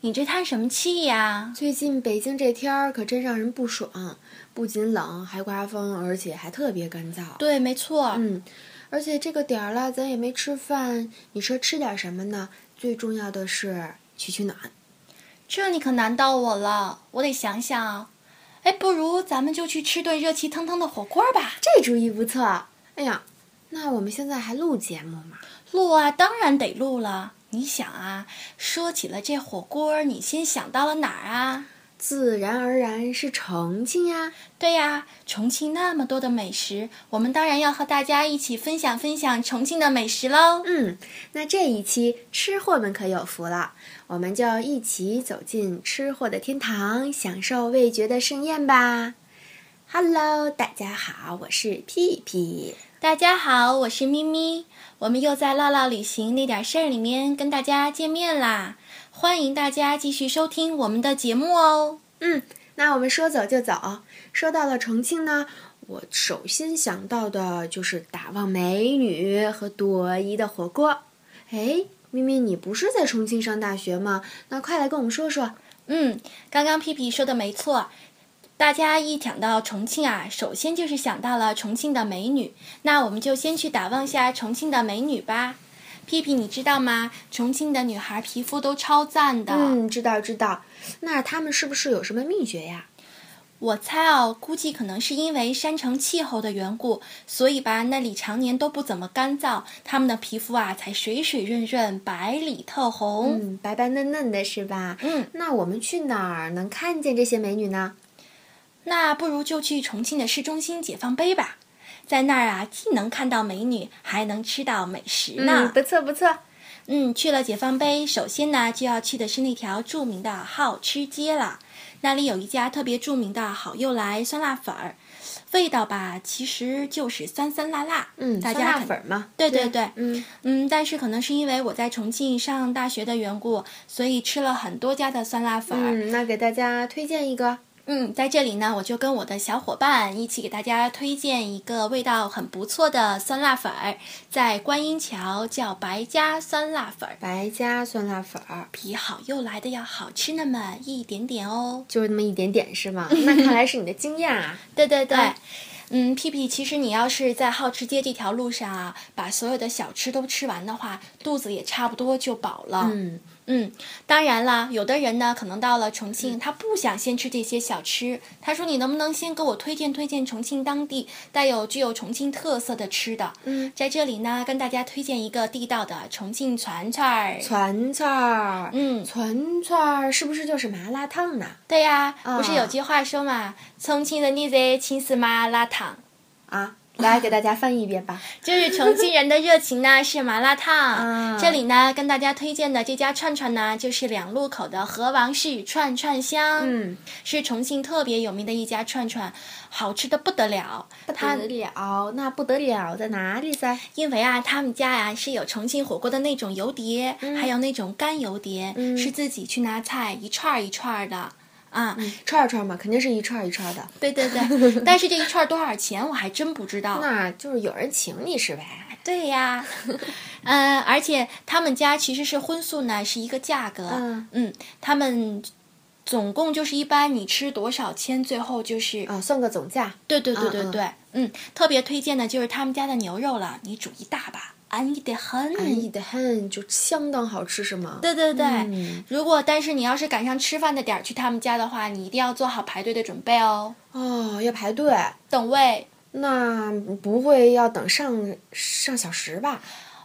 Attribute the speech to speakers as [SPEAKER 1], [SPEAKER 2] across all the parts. [SPEAKER 1] 你这叹什么气呀？
[SPEAKER 2] 最近北京这天儿可真让人不爽，不仅冷，还刮风，而且还特别干燥。
[SPEAKER 1] 对，没错，
[SPEAKER 2] 嗯，而且这个点儿了，咱也没吃饭，你说吃点什么呢？最重要的是取取暖。
[SPEAKER 1] 这你可难到我了，我得想想啊。哎，不如咱们就去吃顿热气腾腾的火锅吧。
[SPEAKER 2] 这主意不错。哎呀，那我们现在还录节目吗？
[SPEAKER 1] 录啊，当然得录了。你想啊，说起了这火锅，你先想到了哪儿啊？
[SPEAKER 2] 自然而然是重庆呀。
[SPEAKER 1] 对呀，重庆那么多的美食，我们当然要和大家一起分享分享重庆的美食喽。
[SPEAKER 2] 嗯，那这一期吃货们可有福了，我们就一起走进吃货的天堂，享受味觉的盛宴吧。Hello，大家好，我是屁屁。
[SPEAKER 1] 大家好，我是咪咪，我们又在《唠唠旅行那点事儿》里面跟大家见面啦！欢迎大家继续收听我们的节目哦。
[SPEAKER 2] 嗯，那我们说走就走。说到了重庆呢，我首先想到的就是打望美女和朵颐的火锅。哎，咪咪，你不是在重庆上大学吗？那快来跟我们说说。
[SPEAKER 1] 嗯，刚刚屁屁说的没错，大家一讲到重庆啊，首先就是想到了重庆的美女。那我们就先去打望下重庆的美女吧。屁屁，你知道吗？重庆的女孩皮肤都超赞的。
[SPEAKER 2] 嗯，知道知道。那他们是不是有什么秘诀呀？
[SPEAKER 1] 我猜哦，估计可能是因为山城气候的缘故，所以吧，那里常年都不怎么干燥，他们的皮肤啊才水水润润，百里透红。
[SPEAKER 2] 嗯，白白嫩嫩的是吧？
[SPEAKER 1] 嗯，
[SPEAKER 2] 那我们去哪儿能看见这些美女呢？
[SPEAKER 1] 那不如就去重庆的市中心解放碑吧，在那儿啊，既能看到美女，还能吃到美食呢。
[SPEAKER 2] 不错不错。
[SPEAKER 1] 嗯，去了解放碑，首先呢就要去的是那条著名的好吃街了。那里有一家特别著名的好又来酸辣粉儿，味道吧其实就是酸酸辣辣。
[SPEAKER 2] 嗯，
[SPEAKER 1] 大
[SPEAKER 2] 酸
[SPEAKER 1] 家
[SPEAKER 2] 辣
[SPEAKER 1] 肯
[SPEAKER 2] 粉儿嘛。
[SPEAKER 1] 对对对
[SPEAKER 2] 嗯
[SPEAKER 1] 嗯，但是可能是因为我在重庆上大学的缘故，所以吃了很多家的酸辣粉儿。
[SPEAKER 2] 嗯，那给大家推荐一个。
[SPEAKER 1] 嗯，在这里呢，我就跟我的小伙伴一起给大家推荐一个味道很不错的酸辣粉儿，在观音桥叫白家酸辣粉儿，
[SPEAKER 2] 白加酸辣粉儿，
[SPEAKER 1] 比好又来的要好吃那么一点点哦。
[SPEAKER 2] 就是那么一点点是 吗？那看来是你的经验啊。
[SPEAKER 1] 对对对
[SPEAKER 2] 哎，
[SPEAKER 1] 嗯，屁屁，其实你要是在好吃街这条路上啊，把所有的小吃都吃完的话，肚子也差不多就饱了。
[SPEAKER 2] 嗯，
[SPEAKER 1] 嗯，当然啦，有的人呢，可能到了重庆，他不想先吃这些小吃，他说你能不能先给我推荐推荐重庆当地带有具有重庆特色的吃的？
[SPEAKER 2] 嗯，
[SPEAKER 1] 在这里呢，跟大家推荐一个地道的重庆串串儿。
[SPEAKER 2] 串串儿，
[SPEAKER 1] 嗯，
[SPEAKER 2] 串串儿是不是就是麻辣烫呢？
[SPEAKER 1] 对呀、不是
[SPEAKER 2] 啊
[SPEAKER 1] 有句话说嘛，重庆人的热情是麻辣烫，
[SPEAKER 2] 啊，来给大家翻译一遍吧。
[SPEAKER 1] 就是重庆人的热情呢是麻辣烫。
[SPEAKER 2] 啊
[SPEAKER 1] 这里呢，跟大家推荐的这家串串呢，就是两路口的河王市串串香。
[SPEAKER 2] 嗯，
[SPEAKER 1] 是重庆特别有名的一家串串，好吃的不得了。
[SPEAKER 2] 不
[SPEAKER 1] 它
[SPEAKER 2] 得了，那不得了在哪里噻？
[SPEAKER 1] 因为啊，他们家呀、是有重庆火锅的那种油碟，还有那种干油碟，
[SPEAKER 2] 嗯
[SPEAKER 1] 是自己去拿菜一串儿一串儿的啊。
[SPEAKER 2] 串儿串儿嘛，肯定是一串儿一串儿的，
[SPEAKER 1] 对对 对，但是这一串儿多少钱我还真不知道。
[SPEAKER 2] 那就是有人请你是呗？
[SPEAKER 1] 对 呀，嗯，而且他们家其实是荤素呢是一个价格，
[SPEAKER 2] 嗯
[SPEAKER 1] 他们总共就是一般你吃多少钱，最后就是
[SPEAKER 2] 啊，算个总价。
[SPEAKER 1] 对对对
[SPEAKER 2] 嗯
[SPEAKER 1] 对
[SPEAKER 2] 嗯
[SPEAKER 1] 对，嗯特别推荐的就是他们家的牛肉了，你煮一大把，安逸的很。
[SPEAKER 2] 安逸的很，就相当好吃是吗？
[SPEAKER 1] 对对对，
[SPEAKER 2] 嗯
[SPEAKER 1] 如果但是你要是赶上吃饭的点儿去他们家的话，你一定要做好排队的准备哦，
[SPEAKER 2] 哦，要排队，
[SPEAKER 1] 等位。
[SPEAKER 2] 那不会要等上上小时吧？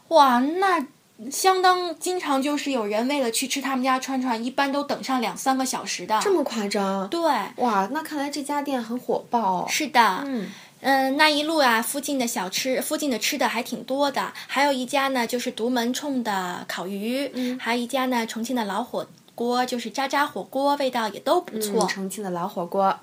[SPEAKER 1] 哇，那相当经常就是有人为了去吃他们家串串，一般都等上两三个小时的。
[SPEAKER 2] 这么夸张？
[SPEAKER 1] 对，
[SPEAKER 2] 哇，那看来这家店很火爆哦。
[SPEAKER 1] 是的，
[SPEAKER 2] 嗯，
[SPEAKER 1] 嗯，那一路啊，附近的小吃，附近的吃的还挺多的。还有一家呢，就是独门冲的烤鱼，
[SPEAKER 2] 嗯
[SPEAKER 1] 还有一家呢，重庆的老火锅，就是渣渣火锅，味道也都不
[SPEAKER 2] 嗯，
[SPEAKER 1] 错。
[SPEAKER 2] 重庆的老火锅。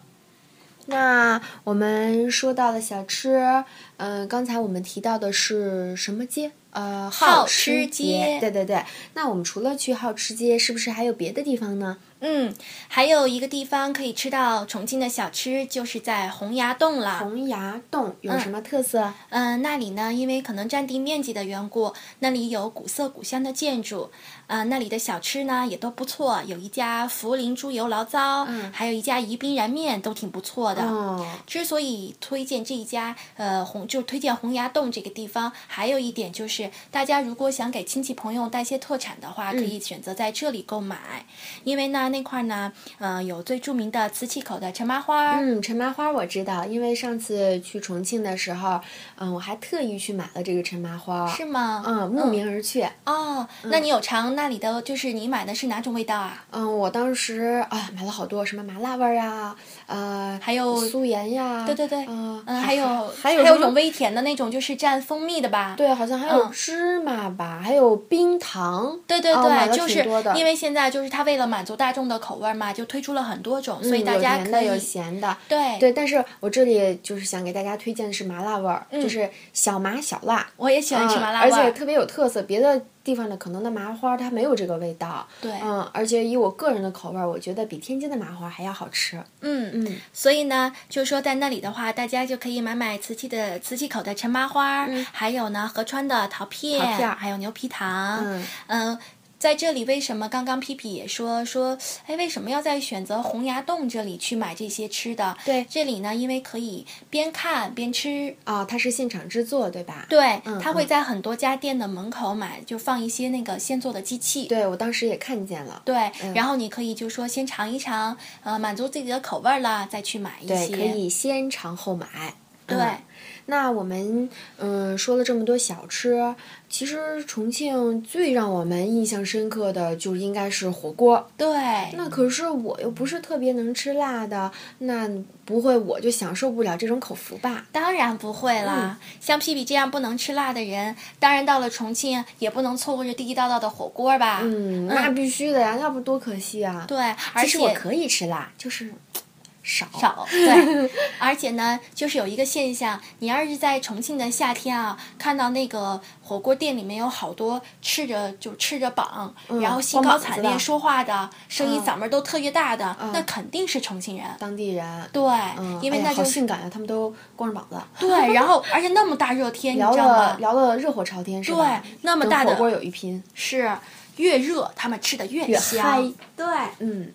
[SPEAKER 2] 那呃我们说到了小吃，嗯、刚才我们提到的是什么街？呃
[SPEAKER 1] 好吃
[SPEAKER 2] 吃
[SPEAKER 1] 街
[SPEAKER 2] 对对对。那我们除了去好吃街，是不是还有别的地方呢？
[SPEAKER 1] 嗯，还有一个地方可以吃到重庆的小吃，就是在洪崖洞了。
[SPEAKER 2] 洪崖洞有什么特色？
[SPEAKER 1] 嗯、那里呢，因为可能占地面积的缘故，那里有古色古香的建筑。呃，那里的小吃呢也都不错，有一家涪陵猪油醪糟，
[SPEAKER 2] 嗯
[SPEAKER 1] 还有一家宜宾燃面，都挺不错的。
[SPEAKER 2] 哦，
[SPEAKER 1] 之所以推荐这一家，呃，洪就推荐洪崖洞这个地方，还有一点就是，大家如果想给亲戚朋友带些特产的话，可
[SPEAKER 2] 嗯
[SPEAKER 1] 以选择在这里购买，因为呢那块呢，呃，有最著名的瓷器口的陈麻花儿，
[SPEAKER 2] 嗯，陈麻花我知道，因为上次去重庆的时候，嗯，我还特意去买了这个陈麻花。
[SPEAKER 1] 是吗？
[SPEAKER 2] 嗯，慕名而去。
[SPEAKER 1] 哦，那你有尝那里的，就是你买的是哪种味道啊？
[SPEAKER 2] 嗯，我当时啊买了好多，什么麻辣味儿啊，呃，
[SPEAKER 1] 还有
[SPEAKER 2] 素盐呀，
[SPEAKER 1] 对对对，
[SPEAKER 2] 嗯、
[SPEAKER 1] 嗯，还有
[SPEAKER 2] 还有
[SPEAKER 1] 有
[SPEAKER 2] 什么
[SPEAKER 1] 种微甜的那种，就是蘸蜂蜜的吧？
[SPEAKER 2] 对，好像还有
[SPEAKER 1] 嗯
[SPEAKER 2] 芝麻吧，还有冰糖。
[SPEAKER 1] 对对
[SPEAKER 2] 哦买
[SPEAKER 1] 对，
[SPEAKER 2] 了
[SPEAKER 1] 就
[SPEAKER 2] 挺
[SPEAKER 1] 是
[SPEAKER 2] 多的
[SPEAKER 1] 因为现在就是它为了满足大众的口味儿嘛，就推出了很多种，所以
[SPEAKER 2] 嗯
[SPEAKER 1] 大
[SPEAKER 2] 有
[SPEAKER 1] 家
[SPEAKER 2] 甜
[SPEAKER 1] 可
[SPEAKER 2] 的
[SPEAKER 1] 以
[SPEAKER 2] 有咸的。
[SPEAKER 1] 对
[SPEAKER 2] 对，但是我这里就是想给大家推荐的是麻辣味儿，就是小麻小辣，
[SPEAKER 1] 嗯我也喜欢吃麻辣
[SPEAKER 2] 嗯，而
[SPEAKER 1] 味儿、
[SPEAKER 2] 且特别有特色。别的地方的可能的麻花儿它没有这个味道，
[SPEAKER 1] 对
[SPEAKER 2] 嗯，而且以我个人的口味儿，我觉得比天津的麻花儿还要好吃。
[SPEAKER 1] 嗯嗯，
[SPEAKER 2] 嗯，
[SPEAKER 1] 所以呢，就说在那里的话，大家就可以买买瓷器的瓷器口的陈麻花儿、还有呢合川的桃片，
[SPEAKER 2] 嗯桃片儿
[SPEAKER 1] 还有牛皮糖，
[SPEAKER 2] 嗯
[SPEAKER 1] 嗯在这里，为什么刚刚皮皮也说说，哎，为什么要在选择洪崖洞这里去买这些吃的？
[SPEAKER 2] 对
[SPEAKER 1] 这里呢，因为可以边看边吃，
[SPEAKER 2] 啊、它是现场制作，对吧？
[SPEAKER 1] 对，
[SPEAKER 2] 嗯
[SPEAKER 1] 他会在很多家店的门口买，就放一些那个现做的机器，
[SPEAKER 2] 对，嗯我当时也看见了。
[SPEAKER 1] 对，然后你可以就说先尝一尝，呃，满足自己的口味儿了，再去买一
[SPEAKER 2] 对，
[SPEAKER 1] 些。
[SPEAKER 2] 可以先尝后买。
[SPEAKER 1] 对
[SPEAKER 2] 嗯那我们嗯说了这么多小吃，其实重庆最让我们印象深刻的就应该是火锅。
[SPEAKER 1] 对
[SPEAKER 2] 那可是我又不是特别能吃辣的，那不会我就享受不了这种口福吧？
[SPEAKER 1] 当然不会
[SPEAKER 2] 嗯
[SPEAKER 1] 啦。像屁屁这样不能吃辣的人，当然到了重庆也不能错过这地地道道的火锅吧。
[SPEAKER 2] 嗯，那必须的呀，要不多可惜啊！
[SPEAKER 1] 对，而
[SPEAKER 2] 其实
[SPEAKER 1] 且
[SPEAKER 2] 我可以吃辣，就是少
[SPEAKER 1] 少对，而且呢，就是有一个现象，你要是在重庆的夏天啊，看到那个火锅店里面有好多赤着就赤着膀，然后兴
[SPEAKER 2] 嗯光膀
[SPEAKER 1] 高
[SPEAKER 2] 子
[SPEAKER 1] 采
[SPEAKER 2] 的
[SPEAKER 1] 烈说话的，声音
[SPEAKER 2] 嗯
[SPEAKER 1] 嗓门儿都特别大的，那肯定是重庆人。
[SPEAKER 2] 当地人。
[SPEAKER 1] 对，
[SPEAKER 2] 嗯，
[SPEAKER 1] 因为
[SPEAKER 2] 哎
[SPEAKER 1] 那
[SPEAKER 2] 呀
[SPEAKER 1] 就
[SPEAKER 2] 好
[SPEAKER 1] 是、
[SPEAKER 2] 性感啊！他们都光着膀子，
[SPEAKER 1] 对，然后而且那么大热天，你
[SPEAKER 2] 聊
[SPEAKER 1] 知道
[SPEAKER 2] 了
[SPEAKER 1] 吗？
[SPEAKER 2] 聊了热火朝天是吧？
[SPEAKER 1] 对那么
[SPEAKER 2] 跟
[SPEAKER 1] 大的
[SPEAKER 2] 火锅有一拼。
[SPEAKER 1] 是越热他们吃的越
[SPEAKER 2] 越
[SPEAKER 1] 香。
[SPEAKER 2] 嗨
[SPEAKER 1] 对，
[SPEAKER 2] 嗯，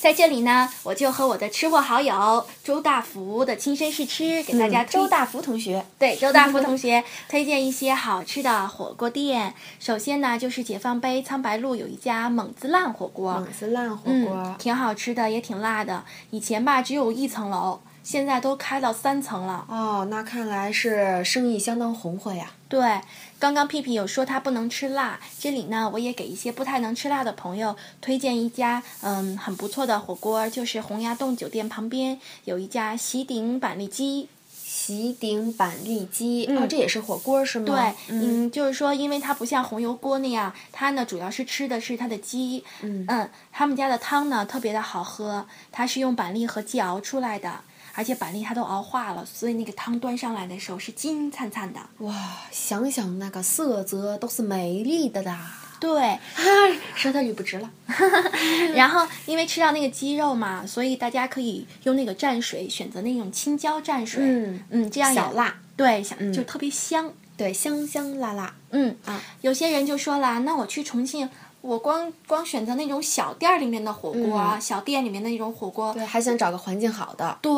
[SPEAKER 1] 在这里呢，我就和我的吃货好友周大福的亲身试吃，给大家推、
[SPEAKER 2] 嗯周大福同学，
[SPEAKER 1] 对周大福同学 推荐一些好吃的火锅店。首先呢，就是解放碑苍白路有一家猛子烂火锅，
[SPEAKER 2] 猛子烂火
[SPEAKER 1] 嗯
[SPEAKER 2] 锅，，啊
[SPEAKER 1] 挺好吃的，也挺辣的。以前吧只有一层楼，现在都开到三层了。
[SPEAKER 2] 哦，那看来是生意相当红火呀。
[SPEAKER 1] 对，刚刚屁屁有说他不能吃辣，这里呢，我也给一些不太能吃辣的朋友推荐一家，嗯，很不错的火锅，就是洪崖洞酒店旁边有一家喜鼎板栗鸡。
[SPEAKER 2] 席鼎板栗鸡，
[SPEAKER 1] 嗯
[SPEAKER 2] 哦，这也是火锅是吗？
[SPEAKER 1] 对，
[SPEAKER 2] 嗯
[SPEAKER 1] 嗯就是说，因为它不像红油锅那样，它呢主要是吃的是它的鸡，
[SPEAKER 2] 嗯
[SPEAKER 1] 他们家的汤呢特别的好喝，它是用板栗和鸡熬出来的，而且板栗它都熬化了，所以那个汤端上来的时候是金灿灿的。
[SPEAKER 2] 哇，想想那个色泽都是美丽的啦，
[SPEAKER 1] 对，
[SPEAKER 2] 舌头捋不直了。
[SPEAKER 1] 然后因为吃到那个鸡肉嘛，所以大家可以用那个蘸水，选择那种青椒蘸水，
[SPEAKER 2] 嗯
[SPEAKER 1] 这样也
[SPEAKER 2] 小，辣，
[SPEAKER 1] 对，小、
[SPEAKER 2] 嗯
[SPEAKER 1] 就特别香，
[SPEAKER 2] 对，香香辣辣。
[SPEAKER 1] 嗯
[SPEAKER 2] 啊
[SPEAKER 1] 有些人就说啦，那我去重庆，我光光选择那种小店儿里面的火锅啊，小店里面的那种火锅。
[SPEAKER 2] 嗯对，嗯还想找个环境好的。
[SPEAKER 1] 对，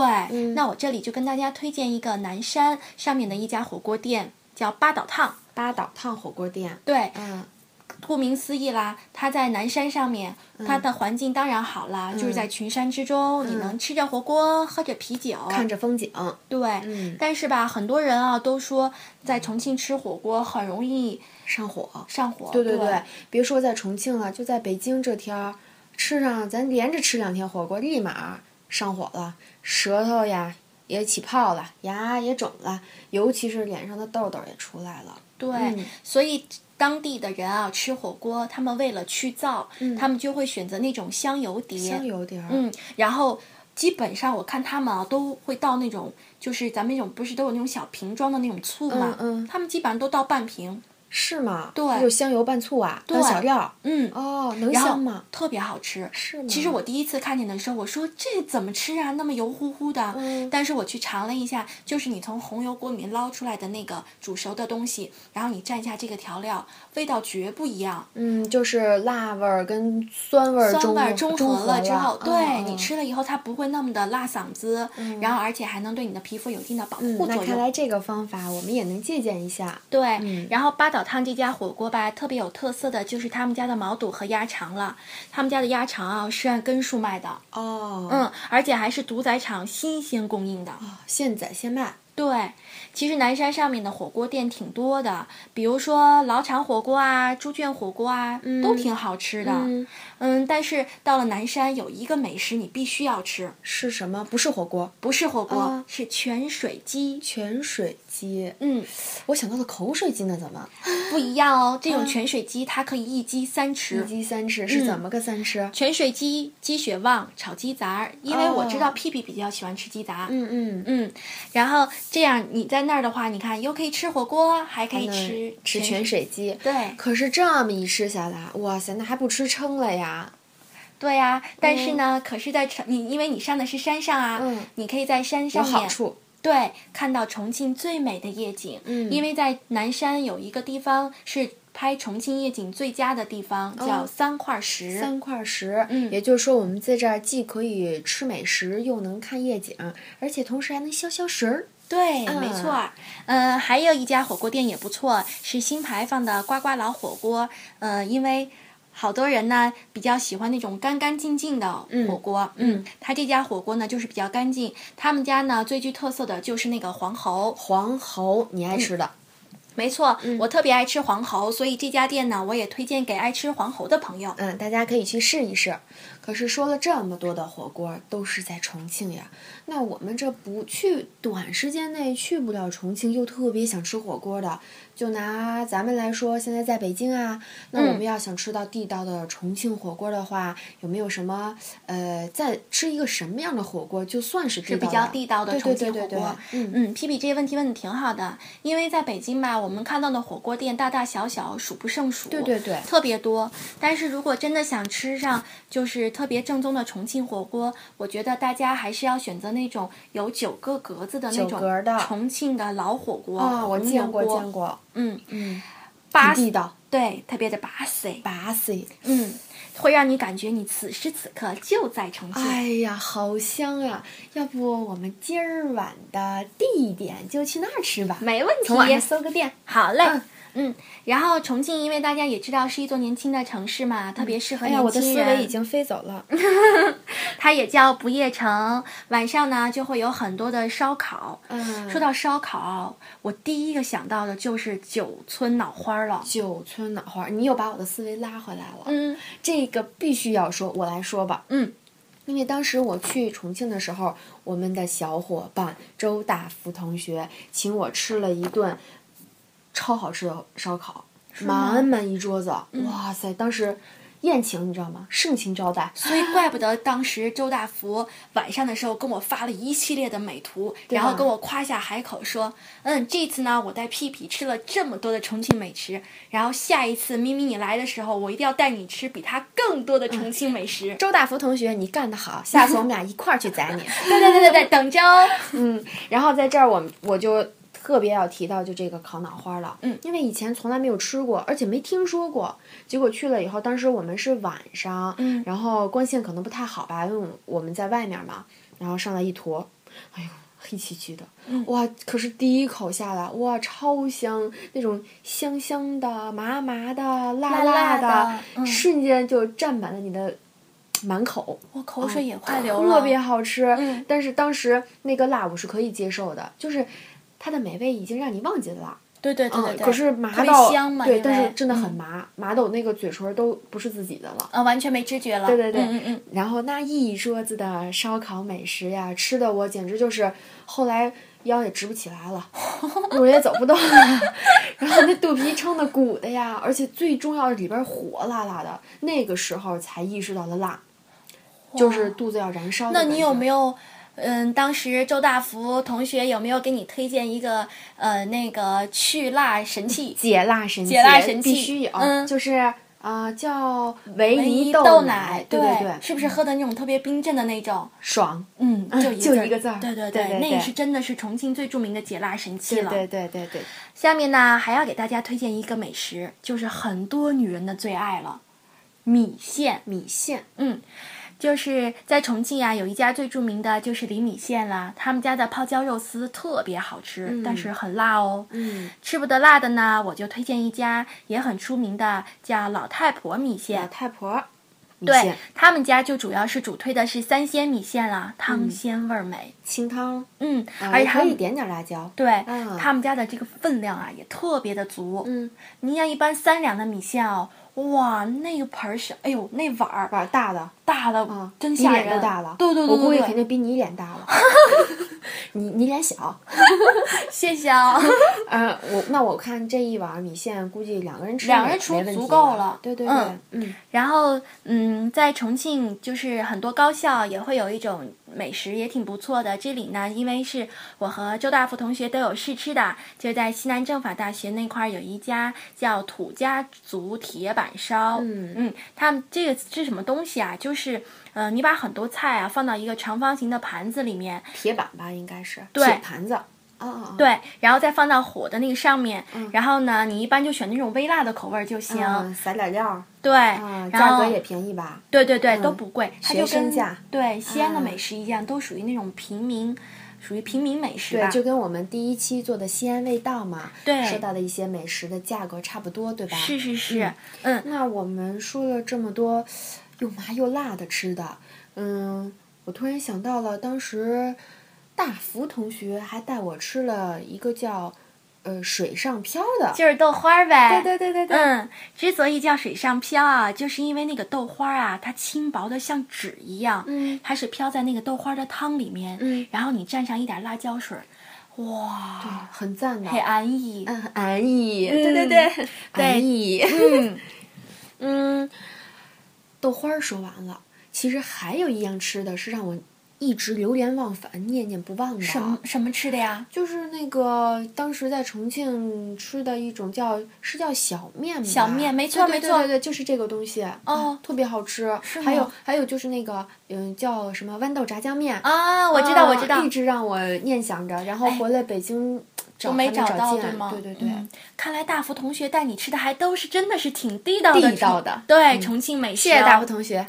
[SPEAKER 1] 那我这里就跟大家推荐一个南山上面的一家火锅店，叫八岛烫。
[SPEAKER 2] 八岛烫火锅店，
[SPEAKER 1] 对，
[SPEAKER 2] 嗯，
[SPEAKER 1] 顾名思义啦，它在南山上面，
[SPEAKER 2] 嗯
[SPEAKER 1] 它的环境当然好啦，就是在群山之中，你能吃着火锅，喝着啤酒，
[SPEAKER 2] 嗯看着嗯风景，
[SPEAKER 1] 对。但是吧，很多人啊都说在重庆吃火锅很容易
[SPEAKER 2] 上火。
[SPEAKER 1] 上火。
[SPEAKER 2] 对
[SPEAKER 1] 对
[SPEAKER 2] 对对，别说在重庆了，就在北京这天儿，吃上咱连着吃两天火锅，立马上火了，舌头呀也起泡了，牙也肿了，尤其是脸上的痘痘也出来了。
[SPEAKER 1] 对
[SPEAKER 2] 嗯
[SPEAKER 1] 所以当地的人啊吃火锅，他们为了去燥，他们就会选择那种香油碟。
[SPEAKER 2] 嗯香油碟儿，
[SPEAKER 1] 嗯，然后基本上我看他们啊都会倒那种，就是咱们那种不是都有那种小瓶装的那种醋嘛，
[SPEAKER 2] 嗯嗯
[SPEAKER 1] 他们基本上都倒半瓶。
[SPEAKER 2] 是吗？
[SPEAKER 1] 对
[SPEAKER 2] 有香油拌醋啊，当
[SPEAKER 1] 对
[SPEAKER 2] 小料。
[SPEAKER 1] 嗯，
[SPEAKER 2] 哦，能
[SPEAKER 1] 然
[SPEAKER 2] 香
[SPEAKER 1] 后
[SPEAKER 2] 吗？
[SPEAKER 1] 特别好吃。
[SPEAKER 2] 是吗？
[SPEAKER 1] 其实我第一次看见的时候，我说这怎么吃啊，那么油乎乎的。
[SPEAKER 2] 嗯
[SPEAKER 1] 但是我去尝了一下，就是你从红油锅里面捞出来的那个煮熟的东西，然后你蘸一下这个调料，味道绝不一样。
[SPEAKER 2] 嗯，就是辣味儿跟酸味儿
[SPEAKER 1] 酸
[SPEAKER 2] 中
[SPEAKER 1] 味儿
[SPEAKER 2] 中
[SPEAKER 1] 和
[SPEAKER 2] 了
[SPEAKER 1] 之后，对、
[SPEAKER 2] 嗯
[SPEAKER 1] 你
[SPEAKER 2] 嗯
[SPEAKER 1] 吃了以后，它不会那么的辣嗓子，然后而且还能对你的皮肤有一定的保
[SPEAKER 2] 嗯
[SPEAKER 1] 护
[SPEAKER 2] 那
[SPEAKER 1] 作
[SPEAKER 2] 看
[SPEAKER 1] 用。
[SPEAKER 2] 来这个方法我们也能借鉴一下。
[SPEAKER 1] 对，
[SPEAKER 2] 嗯
[SPEAKER 1] 然后八岛汤这家火锅吧，特别有特色的就是他们家的毛肚和鸭肠了。他们家的鸭肠啊是按根数卖的，
[SPEAKER 2] 哦，
[SPEAKER 1] 嗯，而且还是屠宰场新鲜供应的。
[SPEAKER 2] 哦，现宰现卖。
[SPEAKER 1] 对，其实南山上面的火锅店挺多的，比如说老厂火锅啊、猪圈火锅啊，都挺好吃的。
[SPEAKER 2] 嗯，
[SPEAKER 1] 嗯但是到了南山有一个美食你必须要吃，
[SPEAKER 2] 是什么？不是火锅，
[SPEAKER 1] 不是火锅，
[SPEAKER 2] 啊
[SPEAKER 1] 是泉水鸡。
[SPEAKER 2] 泉水鸡。
[SPEAKER 1] 嗯，
[SPEAKER 2] 我想到了口水鸡呢，怎么？
[SPEAKER 1] 不一样哦，这种泉水鸡它可以一鸡三
[SPEAKER 2] 嗯一
[SPEAKER 1] 吃。
[SPEAKER 2] 鸡三吃
[SPEAKER 1] 嗯
[SPEAKER 2] 是怎么个三吃？
[SPEAKER 1] 泉水鸡、鸡血旺、炒鸡杂儿，因为我知道
[SPEAKER 2] 哦
[SPEAKER 1] 屁屁比较喜欢吃鸡杂。
[SPEAKER 2] 嗯嗯，
[SPEAKER 1] 嗯，然后这样你在那儿的话，你看又可以吃火锅，还可
[SPEAKER 2] 还
[SPEAKER 1] 以
[SPEAKER 2] 能
[SPEAKER 1] 吃
[SPEAKER 2] 嗯吃泉。水鸡。
[SPEAKER 1] 对
[SPEAKER 2] 可是这么一吃下来，哇塞，那还不吃撑了呀？
[SPEAKER 1] 对呀、但是呢，可是在城你因为你上的是山上啊，
[SPEAKER 2] 嗯
[SPEAKER 1] 你可以在山
[SPEAKER 2] 有
[SPEAKER 1] 上
[SPEAKER 2] 好
[SPEAKER 1] 面
[SPEAKER 2] 处。
[SPEAKER 1] 对看到重庆最美的夜景。
[SPEAKER 2] 嗯
[SPEAKER 1] 因为在南山有一个地方是拍重庆夜景最佳的地方，叫三块石。
[SPEAKER 2] 哦三块石，
[SPEAKER 1] 嗯
[SPEAKER 2] 也就是说我们在这儿既可以吃美食，又能看夜景，而且同时还能消消食儿。
[SPEAKER 1] 对，
[SPEAKER 2] 嗯
[SPEAKER 1] 没错儿。嗯、还有一家火锅店也不错，是新牌坊的呱呱老火锅。呃，因为好多人呢比较喜欢那种干干净净的火锅。
[SPEAKER 2] 嗯嗯
[SPEAKER 1] 他这家火锅呢就是比较干净。他们家呢最具特色的就是那个黄喉。
[SPEAKER 2] 黄喉，你爱吃的？
[SPEAKER 1] 没错，
[SPEAKER 2] 嗯
[SPEAKER 1] 我特别爱吃黄喉，所以这家店呢我也推荐给爱吃黄喉的朋友。
[SPEAKER 2] 嗯，大家可以去试一试。可是说了这么多的火锅，都是在重庆呀。那我们这不去，短时间内去不了重庆，又特别想吃火锅的，就拿咱们来说，现在在北京啊，那
[SPEAKER 1] 嗯
[SPEAKER 2] 我们要想吃到地道的重庆火锅的话，有没有什么呃，再吃一个什么样的火锅，就算是地
[SPEAKER 1] 是
[SPEAKER 2] 道
[SPEAKER 1] 比
[SPEAKER 2] 的
[SPEAKER 1] 较地道的
[SPEAKER 2] 对
[SPEAKER 1] 重
[SPEAKER 2] 对
[SPEAKER 1] 庆
[SPEAKER 2] 对
[SPEAKER 1] 火
[SPEAKER 2] 对对
[SPEAKER 1] 锅。，
[SPEAKER 2] 嗯，
[SPEAKER 1] 嗯，皮皮这些问题问的挺好的，因为在北京吧，我们看到的火锅店大大小小数不胜数，
[SPEAKER 2] 对对对
[SPEAKER 1] 特别多。但是如果真的想吃上就是特别正宗的重庆火锅，我觉得大家还是要选择那种有九个格子的那
[SPEAKER 2] 九格
[SPEAKER 1] 种
[SPEAKER 2] 的
[SPEAKER 1] 重庆的老火锅
[SPEAKER 2] 啊、我见过见
[SPEAKER 1] 过，
[SPEAKER 2] 过，
[SPEAKER 1] 嗯，
[SPEAKER 2] 嗯，
[SPEAKER 1] 巴
[SPEAKER 2] 挺地道，
[SPEAKER 1] 对，特别的巴塞，
[SPEAKER 2] 巴西。
[SPEAKER 1] 嗯，会让你感觉你此时此刻就在重庆。
[SPEAKER 2] 哎呀，好香啊！要不我们今儿晚的地点就去那儿吃吧？
[SPEAKER 1] 没问题，
[SPEAKER 2] 从网上搜个店。
[SPEAKER 1] 嗯好嘞，
[SPEAKER 2] 嗯
[SPEAKER 1] 嗯然后重庆，因为大家也知道是一座年轻的城市嘛，特别适合
[SPEAKER 2] 哎呀，我
[SPEAKER 1] 年
[SPEAKER 2] 的思
[SPEAKER 1] 轻人。嗯
[SPEAKER 2] 维已经飞走了。
[SPEAKER 1] 它也叫不夜城，晚上呢就会有很多的烧烤。
[SPEAKER 2] 嗯，
[SPEAKER 1] 说到烧烤，我第一个想到的就是九村脑花了。
[SPEAKER 2] 九村脑花，你又把我的思维拉回来了。
[SPEAKER 1] 嗯
[SPEAKER 2] 这个必须要说，我来说吧。
[SPEAKER 1] 嗯，
[SPEAKER 2] 因为当时我去重庆的时候，我们的小伙伴周大福同学请我吃了一顿超好吃的烧烤，
[SPEAKER 1] 吗嗯
[SPEAKER 2] 满满一桌子，哇塞！当时宴请你知道吗？盛情招待，
[SPEAKER 1] 所以怪不得当时周大福晚上的时候跟我发了一系列的美图，然后
[SPEAKER 2] 吧
[SPEAKER 1] 跟我夸下海口说：“嗯，这次呢，我带屁屁吃了这么多的重庆美食，然后下一次咪咪你来的时候，我一定要带你吃比它更多的重庆美食。
[SPEAKER 2] 周大福同学，你干 得好，下次我们俩一块儿去宰你。
[SPEAKER 1] 对对对对对，等着哦。
[SPEAKER 2] 嗯，然后在这儿我们我就特别要提到就这个烤脑花了，
[SPEAKER 1] 嗯，
[SPEAKER 2] 因为以前从来没有吃过，而且没听说过。结果去了以后，当时我们是晚上，
[SPEAKER 1] 嗯
[SPEAKER 2] 然后光线可能不太好吧，因为我们在外面嘛，然后上来一坨，哎呦。黑漆漆的，
[SPEAKER 1] 嗯
[SPEAKER 2] 哇！可是第一口下来，哇，超香，那种香香的、麻麻的、辣
[SPEAKER 1] 辣
[SPEAKER 2] 的，
[SPEAKER 1] 的嗯
[SPEAKER 2] 瞬间就占满了你的满口。
[SPEAKER 1] 我口水也快流了，
[SPEAKER 2] 特别好吃。
[SPEAKER 1] 嗯
[SPEAKER 2] 但是当时那个辣我是可以接受的，就是它的美味已经让你忘记了辣。
[SPEAKER 1] 对对哦对对
[SPEAKER 2] 嗯，
[SPEAKER 1] 对，
[SPEAKER 2] 可是麻
[SPEAKER 1] 特别
[SPEAKER 2] 到
[SPEAKER 1] 香嘛，
[SPEAKER 2] 对，
[SPEAKER 1] 因
[SPEAKER 2] 但
[SPEAKER 1] 为
[SPEAKER 2] 是真的很
[SPEAKER 1] 嗯
[SPEAKER 2] 麻，麻到那个嘴唇都不是自己的了。
[SPEAKER 1] 呃完全没知觉了，
[SPEAKER 2] 对对对，
[SPEAKER 1] 嗯嗯
[SPEAKER 2] 然后那一桌子的烧烤美食呀，吃的我简直就是后来腰也直不起 来了，路也走不动了， 然后那肚皮撑的鼓的呀，而且最重要的里边火辣辣的，那个时候才意识到了辣，就
[SPEAKER 1] 哇
[SPEAKER 2] 是肚子要燃烧的
[SPEAKER 1] 那
[SPEAKER 2] 感觉。
[SPEAKER 1] 你有没有嗯，当时周大福同学有没有给你推荐一个呃那个去辣神器？
[SPEAKER 2] 解辣神器，
[SPEAKER 1] 解辣神器
[SPEAKER 2] 必须有，
[SPEAKER 1] 嗯
[SPEAKER 2] 就是啊、呃叫维
[SPEAKER 1] 维
[SPEAKER 2] 尼
[SPEAKER 1] 尼哎豆
[SPEAKER 2] 奶，
[SPEAKER 1] 对
[SPEAKER 2] 对对，
[SPEAKER 1] 是不是喝的那种特别冰镇的那种？
[SPEAKER 2] 爽，
[SPEAKER 1] 嗯，
[SPEAKER 2] 嗯
[SPEAKER 1] 就
[SPEAKER 2] 就
[SPEAKER 1] 字
[SPEAKER 2] 一个字儿
[SPEAKER 1] 对对
[SPEAKER 2] 对对
[SPEAKER 1] 那
[SPEAKER 2] 对
[SPEAKER 1] 也是真的是重庆最著名的解辣神器
[SPEAKER 2] 对
[SPEAKER 1] 了。
[SPEAKER 2] 对对对对，
[SPEAKER 1] 下面呢，还要给大家推荐一个美食，就是很多女人的最爱了，米线。
[SPEAKER 2] 米线，
[SPEAKER 1] 嗯，就是在重庆啊，有一家最著名的就是李米线啦，他们家的泡椒肉丝特别好吃，但是很辣哦。
[SPEAKER 2] 嗯，
[SPEAKER 1] 吃不得辣的呢，我就推荐一家也很出名的，叫老太婆米线。
[SPEAKER 2] 老太婆米
[SPEAKER 1] 对
[SPEAKER 2] 线，
[SPEAKER 1] 他们家就主要是主推的是三鲜米线啦，汤鲜味儿美。
[SPEAKER 2] 清汤，
[SPEAKER 1] 嗯，
[SPEAKER 2] 啊
[SPEAKER 1] 而且
[SPEAKER 2] 也
[SPEAKER 1] 他
[SPEAKER 2] 可以
[SPEAKER 1] 们
[SPEAKER 2] 点点辣椒，
[SPEAKER 1] 对、
[SPEAKER 2] 嗯
[SPEAKER 1] 他们家的这个分量啊也特别的足。
[SPEAKER 2] 嗯，
[SPEAKER 1] 你像一般三两的米线哦，哇，那个盆儿是，哎呦，那碗儿
[SPEAKER 2] 碗大的
[SPEAKER 1] 大的、
[SPEAKER 2] 啊，
[SPEAKER 1] 真
[SPEAKER 2] 比
[SPEAKER 1] 吓
[SPEAKER 2] 脸
[SPEAKER 1] 人，
[SPEAKER 2] 都大了，
[SPEAKER 1] 对对对
[SPEAKER 2] 我估
[SPEAKER 1] 对
[SPEAKER 2] 计
[SPEAKER 1] 对
[SPEAKER 2] 肯定比你脸大 了，你你脸小，
[SPEAKER 1] 谢谢啊。
[SPEAKER 2] 啊，我那我看这一碗米线，估计两个人吃
[SPEAKER 1] 两
[SPEAKER 2] 没
[SPEAKER 1] 人吃
[SPEAKER 2] 没问
[SPEAKER 1] 足
[SPEAKER 2] 题
[SPEAKER 1] 够
[SPEAKER 2] 了
[SPEAKER 1] 了，
[SPEAKER 2] 对对对
[SPEAKER 1] 嗯，
[SPEAKER 2] 嗯，
[SPEAKER 1] 然后，嗯，在重庆就是很多高校也会有一种美食，也挺不错的。这里呢，因为是我和周大福同学都有试吃的，就在西南政法大学那块儿有一家叫土家族铁板烧。
[SPEAKER 2] 嗯
[SPEAKER 1] 他们这个是什么东西啊？就是，呃，你把很多菜啊放到一个长方形的盘子里面，
[SPEAKER 2] 铁板吧应该是，
[SPEAKER 1] 对
[SPEAKER 2] 铁盘子，啊啊啊，
[SPEAKER 1] 对，然后再放到火的那个上面，然后呢，你一般就选那种微辣的口味儿就行。
[SPEAKER 2] 嗯，撒点料儿，
[SPEAKER 1] 对，
[SPEAKER 2] 啊，
[SPEAKER 1] 然
[SPEAKER 2] 价
[SPEAKER 1] 后
[SPEAKER 2] 格也便宜吧，
[SPEAKER 1] 对对对，
[SPEAKER 2] 嗯
[SPEAKER 1] 都不贵，它
[SPEAKER 2] 学
[SPEAKER 1] 就
[SPEAKER 2] 生
[SPEAKER 1] 跟
[SPEAKER 2] 价
[SPEAKER 1] 对西安的
[SPEAKER 2] 啊
[SPEAKER 1] 美食一样，都属于那种平民，属于平民美食
[SPEAKER 2] 对
[SPEAKER 1] 吧，。
[SPEAKER 2] 就跟我们第一期做的西安味道嘛，
[SPEAKER 1] 对
[SPEAKER 2] 说到的一些美食的价格差不多，对吧？
[SPEAKER 1] 是是是，嗯，
[SPEAKER 2] 那我们说了这么多又麻又辣的吃的，嗯，我突然想到了当时大福同学还带我吃了一个叫呃水上漂的，
[SPEAKER 1] 就是豆花儿呗。
[SPEAKER 2] 对对对对对，
[SPEAKER 1] 嗯，之所以叫水上漂啊，就是因为那个豆花儿啊，它轻薄的像纸一样，
[SPEAKER 2] 嗯
[SPEAKER 1] 它是飘在那个豆花儿的汤里面，
[SPEAKER 2] 嗯
[SPEAKER 1] 然后你蘸上一点辣椒水儿，哇，
[SPEAKER 2] 哦很赞的
[SPEAKER 1] 很，安逸。
[SPEAKER 2] 嗯，安逸，
[SPEAKER 1] 嗯
[SPEAKER 2] 对对对，
[SPEAKER 1] 对
[SPEAKER 2] 安逸，
[SPEAKER 1] 嗯，
[SPEAKER 2] 嗯，豆花儿说完了，其实还有一样吃的是让我一直流连忘返、念念不忘的，
[SPEAKER 1] 什么什么吃的呀？
[SPEAKER 2] 就是那个当时在重庆吃的一种叫是叫小面吧？
[SPEAKER 1] 小面没错
[SPEAKER 2] 对对
[SPEAKER 1] 没错
[SPEAKER 2] 对对对，就是这个东西啊
[SPEAKER 1] 哦
[SPEAKER 2] 特别好吃。
[SPEAKER 1] 是吗
[SPEAKER 2] 还有还有就是那个嗯叫什么豌豆炸酱面，
[SPEAKER 1] 啊，我知道，
[SPEAKER 2] 啊
[SPEAKER 1] 我知道
[SPEAKER 2] 一，直让我念想着，然后
[SPEAKER 1] 哎
[SPEAKER 2] 回来北京找
[SPEAKER 1] 都没
[SPEAKER 2] 还找
[SPEAKER 1] 到，
[SPEAKER 2] 见
[SPEAKER 1] 对吗？
[SPEAKER 2] 对对对，
[SPEAKER 1] 嗯看来大福同学带你吃的还都是真的是挺地道的，嗯
[SPEAKER 2] 地道的
[SPEAKER 1] 重对，重庆美食、
[SPEAKER 2] 谢谢大福，同学。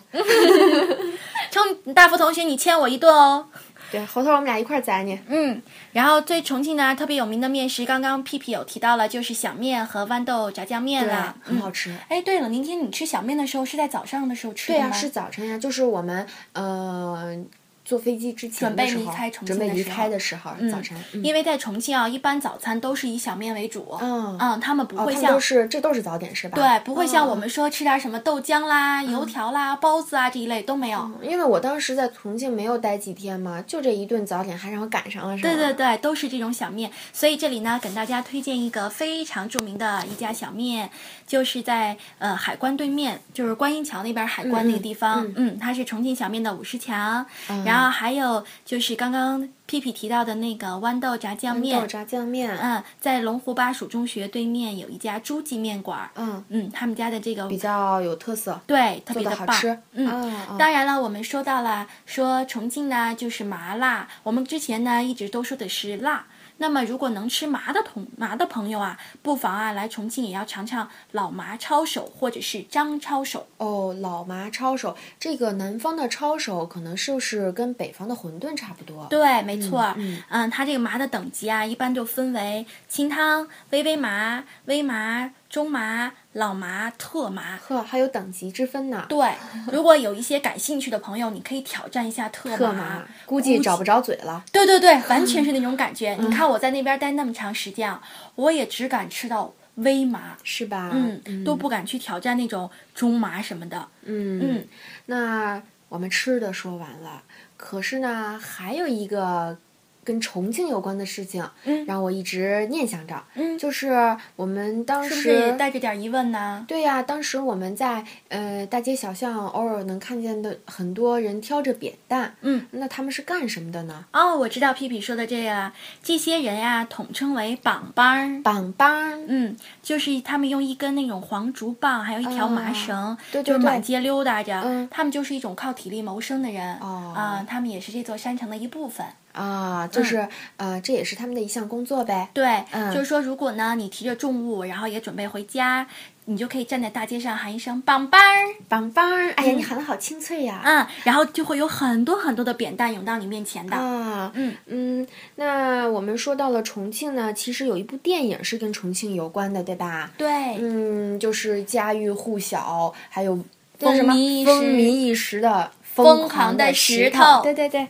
[SPEAKER 1] 重大福同学，你欠我一顿哦。
[SPEAKER 2] 对，回头我们俩一块儿宰你。
[SPEAKER 1] 嗯，然后最重庆呢特别有名的面食，刚刚屁屁有提到了，就是小面和豌豆炸酱面
[SPEAKER 2] 对
[SPEAKER 1] 啦，，
[SPEAKER 2] 啊很好吃。
[SPEAKER 1] 哎，对了，明天你吃小面的时候是在早上的时候吃
[SPEAKER 2] 对
[SPEAKER 1] 的
[SPEAKER 2] 呀、
[SPEAKER 1] 吗？
[SPEAKER 2] 是早晨呀、就是我们呃坐飞机之前
[SPEAKER 1] 准备
[SPEAKER 2] 的时
[SPEAKER 1] 离
[SPEAKER 2] 候
[SPEAKER 1] 开重
[SPEAKER 2] 准
[SPEAKER 1] 庆
[SPEAKER 2] 备
[SPEAKER 1] 的
[SPEAKER 2] 离
[SPEAKER 1] 时
[SPEAKER 2] 开
[SPEAKER 1] 候
[SPEAKER 2] 的时候，早晨。嗯
[SPEAKER 1] 因为在重庆啊，一般早餐都是以小面为主。
[SPEAKER 2] 嗯
[SPEAKER 1] 他们不嗯
[SPEAKER 2] 哦，
[SPEAKER 1] 会
[SPEAKER 2] 他们
[SPEAKER 1] 像、
[SPEAKER 2] 都是这都是早点是吧？
[SPEAKER 1] 对，不会像
[SPEAKER 2] 哦
[SPEAKER 1] 我们说吃点什么豆浆啦、油条啦、包子啊这一类都没有。
[SPEAKER 2] 嗯因为我当时在重庆没有待几天嘛，就这一顿早点还让我赶上了，是吧？
[SPEAKER 1] 对对对，都是这种小面。所以这里呢，给大家推荐一个非常著名的一家小面，就是在呃海关对面，就是观音桥那边海关那个地方。
[SPEAKER 2] 嗯
[SPEAKER 1] 嗯它是重庆小面的五十强。然后还有就是刚刚屁屁提到的那个豌豆炸酱
[SPEAKER 2] 面豆
[SPEAKER 1] 面。
[SPEAKER 2] 炸酱面，
[SPEAKER 1] 嗯，在龙湖巴蜀中学对面有一家朱记面馆儿。
[SPEAKER 2] 嗯，
[SPEAKER 1] 嗯，他们家的这个
[SPEAKER 2] 比较有特色，
[SPEAKER 1] 对特
[SPEAKER 2] 做
[SPEAKER 1] 别
[SPEAKER 2] 的
[SPEAKER 1] 的
[SPEAKER 2] 好
[SPEAKER 1] 棒。
[SPEAKER 2] 吃。
[SPEAKER 1] 嗯，
[SPEAKER 2] 啊啊
[SPEAKER 1] 当然了，我们说到了说重庆呢就是麻辣，我们之前呢一直都说的是辣。那么如果能吃麻的同麻的朋友啊，不妨啊来重庆也要尝尝老麻抄手或者是张抄手。
[SPEAKER 2] 哦，老麻抄手，这个南方的抄手可能就是跟北方的馄饨差不多。
[SPEAKER 1] 对，没错儿，
[SPEAKER 2] 嗯
[SPEAKER 1] 它这个麻的等级啊，一般就分为清汤、微微麻、微麻、中麻、老麻、特麻。
[SPEAKER 2] 呵，还有等级之分呢。
[SPEAKER 1] 对，如果有一些感兴趣的朋友，你可以挑战一下特
[SPEAKER 2] 特麻
[SPEAKER 1] 麻，
[SPEAKER 2] 估计找不着嘴了。
[SPEAKER 1] 对对对，完全是那种感觉。
[SPEAKER 2] 嗯
[SPEAKER 1] 你看我在那边待那么长时间啊，我也只敢吃到微麻，
[SPEAKER 2] 是吧？
[SPEAKER 1] 嗯，都不敢去挑战那种中麻什么的。
[SPEAKER 2] 嗯
[SPEAKER 1] 嗯，
[SPEAKER 2] 那我们吃的说完了，可是呢，还有一个跟重庆有关的事情，
[SPEAKER 1] 嗯
[SPEAKER 2] 让我一直念想着。
[SPEAKER 1] 嗯
[SPEAKER 2] 就是我们当
[SPEAKER 1] 是
[SPEAKER 2] 时
[SPEAKER 1] 不是也带着点疑问呢？
[SPEAKER 2] 对呀、当时我们在呃大街小巷偶尔能看见的很多人挑着扁担，
[SPEAKER 1] 嗯，
[SPEAKER 2] 那他们是干什么的呢？
[SPEAKER 1] 哦，我知道屁屁说的这个了，这些人呀、统称为绑帮儿。
[SPEAKER 2] 绑帮，
[SPEAKER 1] 嗯，就是他们用一根那种黄竹棒，还有一条麻
[SPEAKER 2] 哦
[SPEAKER 1] 绳，
[SPEAKER 2] 对
[SPEAKER 1] 就
[SPEAKER 2] 对
[SPEAKER 1] 是满
[SPEAKER 2] 对，
[SPEAKER 1] 街溜达着。
[SPEAKER 2] 嗯
[SPEAKER 1] 他们就是一种靠体力谋生的人。
[SPEAKER 2] 哦
[SPEAKER 1] 啊、他们也是这座山城的一部分。
[SPEAKER 2] 啊，就是、呃，这也是他们的一项工作呗。
[SPEAKER 1] 对，
[SPEAKER 2] 嗯
[SPEAKER 1] 就是说，如果呢你提着重物，然后也准备回家，你就可以站在大街上喊一声“棒棒儿
[SPEAKER 2] 绑帮，哎呀，你喊的好清脆”，呀！
[SPEAKER 1] 嗯，然后就会有很多很多的扁担涌到你面前的。
[SPEAKER 2] 啊，
[SPEAKER 1] 嗯
[SPEAKER 2] 嗯，那我们说到了重庆呢，其实有一部电影是跟重庆有关的，对吧？
[SPEAKER 1] 对，
[SPEAKER 2] 嗯，就是家喻户晓，还有
[SPEAKER 1] 风
[SPEAKER 2] 叫什么
[SPEAKER 1] 靡一
[SPEAKER 2] 风
[SPEAKER 1] 时
[SPEAKER 2] 靡一时的
[SPEAKER 1] 疯狂
[SPEAKER 2] 狂
[SPEAKER 1] 的石
[SPEAKER 2] 石
[SPEAKER 1] 头
[SPEAKER 2] 对对对。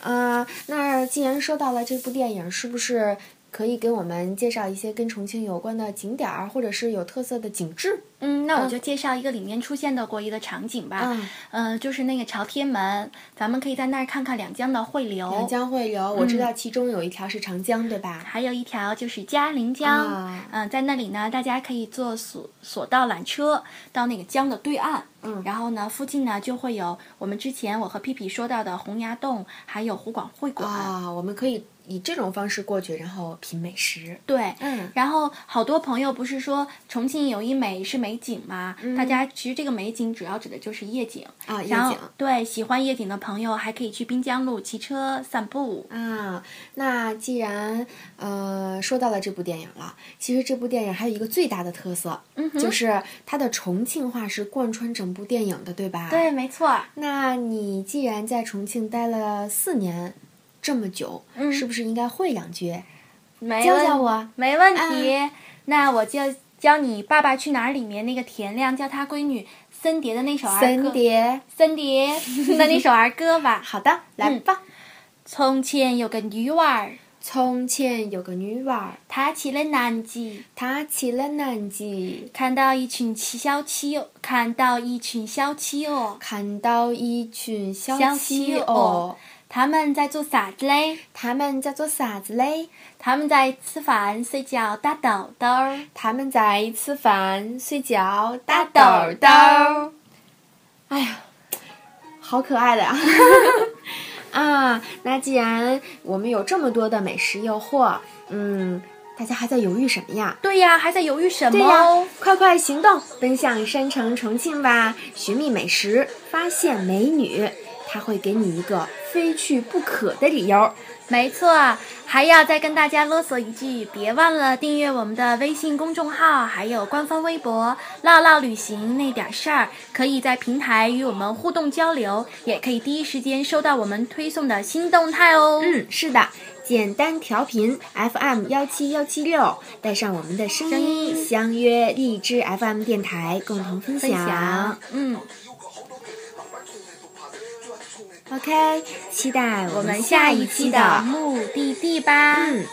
[SPEAKER 2] 呃，那既然说到了这部电影，是不是可以给我们介绍一些跟重庆有关的景点儿，或者是有特色的景致？
[SPEAKER 1] 嗯，那我就介绍一个里面出现的过一个场景吧。
[SPEAKER 2] 嗯，
[SPEAKER 1] 呃，就是那个朝天门，咱们可以在那儿看看两江的汇流，
[SPEAKER 2] 长江汇流，我
[SPEAKER 1] 嗯
[SPEAKER 2] 知道其中有一条是长江，对吧？
[SPEAKER 1] 还有一条就是嘉陵江，嗯、
[SPEAKER 2] 啊
[SPEAKER 1] 在那里呢，大家可以坐索索道缆车到那个江的对岸，嗯，然后呢，附近呢就会有我们之前我和屁屁说到的洪崖洞，还有湖广会馆，
[SPEAKER 2] 啊，我们可以以这种方式过去，然后品美食。
[SPEAKER 1] 对。
[SPEAKER 2] 嗯，
[SPEAKER 1] 然后好多朋友不是说重庆有一美是美景嘛？大家其实这个美景主要指的就是夜景。
[SPEAKER 2] 嗯啊，夜
[SPEAKER 1] 然后
[SPEAKER 2] 景。
[SPEAKER 1] 对喜欢夜景的朋友，还可以去滨江路骑车散步。
[SPEAKER 2] 啊，那既然呃说到了这部电影了，其实这部电影还有一个最大的特色，
[SPEAKER 1] 嗯哼
[SPEAKER 2] 就是它的重庆话是贯穿整部电影的，对吧？。
[SPEAKER 1] 对，没错儿。
[SPEAKER 2] 那你既然在重庆待了四年，这么久，
[SPEAKER 1] 嗯
[SPEAKER 2] 是不是应该会两句？
[SPEAKER 1] 没
[SPEAKER 2] 教
[SPEAKER 1] 问
[SPEAKER 2] 教我嗯
[SPEAKER 1] 没问题。那我就教你《爸爸去哪儿》里面那个田亮教他闺女森碟的那首儿歌。
[SPEAKER 2] 三叠。
[SPEAKER 1] 森碟的那首儿歌吧。
[SPEAKER 2] 好的，来
[SPEAKER 1] 嗯
[SPEAKER 2] 吧。
[SPEAKER 1] 从前有个女娃儿，
[SPEAKER 2] 从前有个女娃儿，
[SPEAKER 1] 她起了南极，
[SPEAKER 2] 她起了南极，
[SPEAKER 1] 看到一群企小企鹅，看到一群小企鹅，
[SPEAKER 2] 看到一群
[SPEAKER 1] 小
[SPEAKER 2] 小
[SPEAKER 1] 企
[SPEAKER 2] 企
[SPEAKER 1] 鹅
[SPEAKER 2] 鹅，
[SPEAKER 1] 他们在做啥子嘞？
[SPEAKER 2] 它们在做啥子嘞？
[SPEAKER 1] 他们在吃饭、睡觉、打豆豆儿。
[SPEAKER 2] 它们在吃饭、睡觉、
[SPEAKER 1] 打
[SPEAKER 2] 打
[SPEAKER 1] 豆
[SPEAKER 2] 豆
[SPEAKER 1] 豆
[SPEAKER 2] 豆
[SPEAKER 1] 儿
[SPEAKER 2] 儿。哎呀，好可爱的 呀！啊，那既然我们有这么多的美食诱惑，嗯，大家还在犹豫什么呀？
[SPEAKER 1] 对呀，还在犹豫什
[SPEAKER 2] 对
[SPEAKER 1] 么
[SPEAKER 2] 呀
[SPEAKER 1] 哦？，
[SPEAKER 2] 快快行动，奔向山城重庆吧！寻觅美食，发现美女，她会给你一个非去不可的理由。
[SPEAKER 1] 没错，还要再跟大家啰嗦一句，别忘了订阅我们的微信公众号，还有官方微博“唠唠旅行那点事儿”，可以在平台与我们互动交流，也可以第一时间收到我们推送的新动态哦。
[SPEAKER 2] 嗯，是的，简单调频 FM 幺七幺七六，带上我们的声
[SPEAKER 1] 声
[SPEAKER 2] 音，
[SPEAKER 1] 音
[SPEAKER 2] 相约荔枝 FM 电台，共同分
[SPEAKER 1] 分享，嗯，
[SPEAKER 2] OK，期待
[SPEAKER 1] 我
[SPEAKER 2] 我
[SPEAKER 1] 们
[SPEAKER 2] 们
[SPEAKER 1] 下
[SPEAKER 2] 下
[SPEAKER 1] 一
[SPEAKER 2] 一
[SPEAKER 1] 期
[SPEAKER 2] 期
[SPEAKER 1] 的
[SPEAKER 2] 的
[SPEAKER 1] 目的地吧。
[SPEAKER 2] 嗯。